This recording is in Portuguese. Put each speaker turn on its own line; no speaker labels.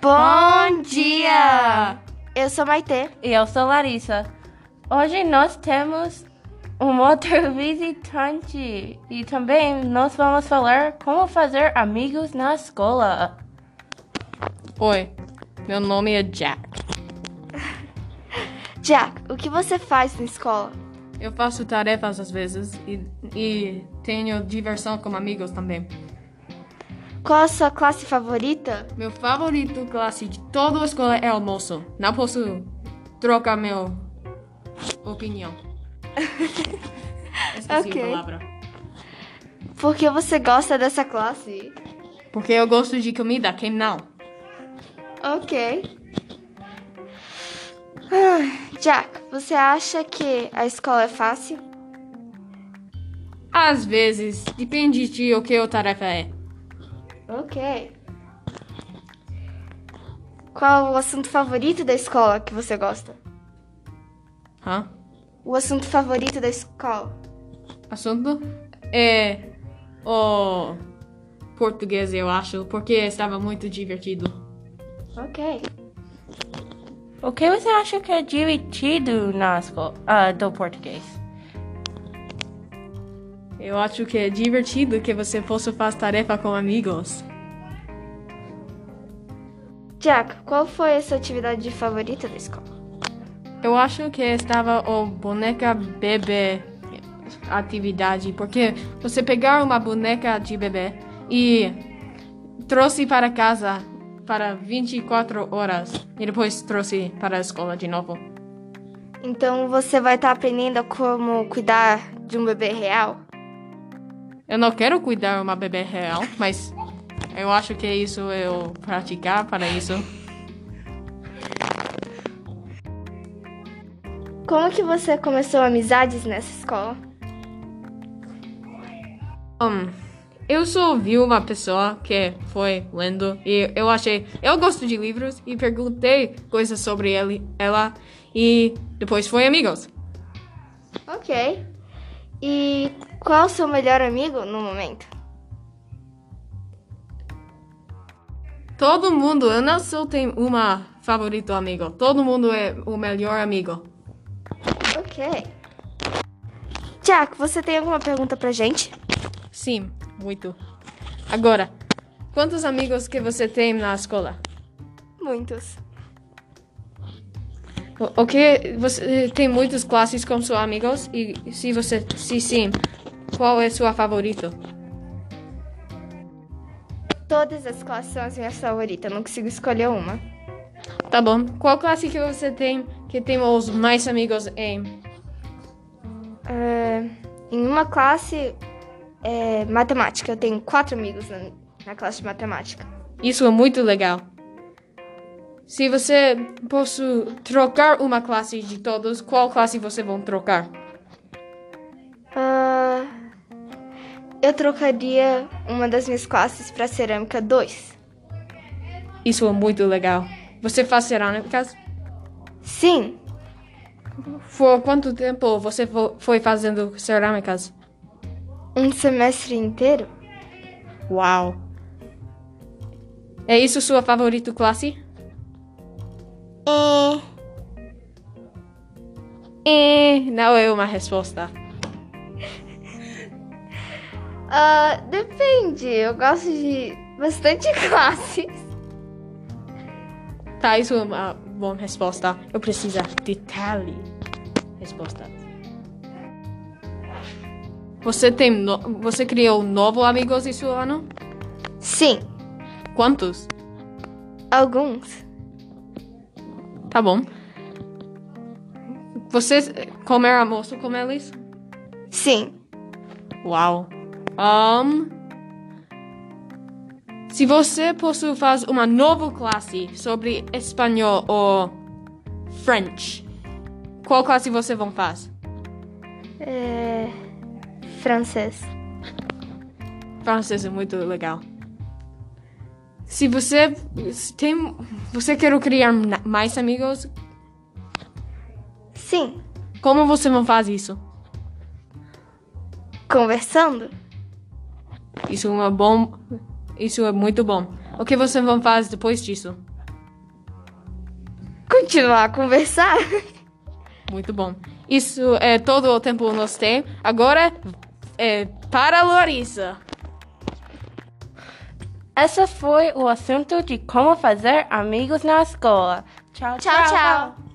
Bom dia! Eu sou Maitê.
E eu sou Larissa. Hoje nós temos um outro visitante e também nós vamos falar como fazer amigos na escola.
Oi, meu nome é Jack.
Jack, o que você faz na escola?
Eu faço tarefas às vezes e, e tenho diversão com amigos também.
Qual a sua classe favorita?
Meu favorito classe de toda a escola é almoço. Não posso trocar minha opinião. Esqueci
Ok.
a palavra.
Por que você gosta dessa classe?
Porque eu gosto de comida, quem não?
Ok. Ah, Jack, você acha que a escola é fácil?
Às vezes, depende de o que a tarefa é.
Ok. Qual o assunto favorito da escola que você gosta?
Hã?
O assunto favorito da escola?
Assunto é o português, eu acho, porque estava muito divertido.
Ok.
O que você acha que é divertido na escola ah, do português?
Eu acho que é divertido que você possa fazer tarefa com amigos.
Jack, qual foi a sua atividade favorita da escola?
Eu acho que estava o boneca bebê atividade, porque você pegar uma boneca de bebê e trouxe para casa para 24 horas e depois trouxe para a escola de novo.
Então você vai estar aprendendo como cuidar de um bebê real?
Eu não quero cuidar uma bebê real, mas eu acho que isso eu praticar para isso.
Como que você começou amizades nessa escola?
Hum, eu só vi uma pessoa que foi lendo e eu achei. Eu gosto de livros e perguntei coisas sobre ele, ela e depois foi amigos.
Ok. E qual o seu melhor amigo no momento?
Todo mundo, eu não só tenho uma favorito amigo. Todo mundo é o melhor amigo.
Ok. Jack, você tem alguma pergunta pra gente?
Sim, muito. Agora, quantos amigos que você tem na escola?
Muitos.
O, o que você tem muitas classes com seus amigos e se você se sim, qual é sua favorito?
Todas as classes são as minhas favoritas, eu não consigo escolher uma.
Tá bom. Qual classe que você tem que tem os mais amigos em?
É, em uma classe, é, matemática, eu tenho quatro amigos na, na classe de matemática.
Isso é muito legal. Se você posso trocar uma classe de todos, qual classe você vão trocar?
Ah, eu trocaria uma das minhas classes pra cerâmica 2.
Isso é muito legal. Você faz cerâmicas?
Sim,
Por quanto tempo você fo- foi fazendo cerâmicas?
um semestre inteiro.
Uau. É isso sua favorito classe? É. Não é uma resposta.
Ah, depende, eu gosto de bastante classes.
Tá, isso é uma boa resposta. Eu preciso detalhe. Resposta. Você tem no- você criou novos amigos esse ano?
Sim,
Quantos?
alguns.
Tá bom. Você comer almoço com eles?
Sim,
Uau. Ahn, se você posso fazer uma nova classe sobre espanhol ou French, qual classe você vão fazer?
é, francês.
Francês é muito legal. Se você se tem, você quer criar na- mais amigos,
Sim,
como você não faz isso?
conversando.
Isso é uma bom. Isso é muito bom. O que vocês vão fazer depois disso?
Continuar a conversar.
Muito bom. Isso é todo o tempo que nós temos. Agora é para a Larissa.
Essa foi o assunto de como fazer amigos na escola.
Tchau, tchau.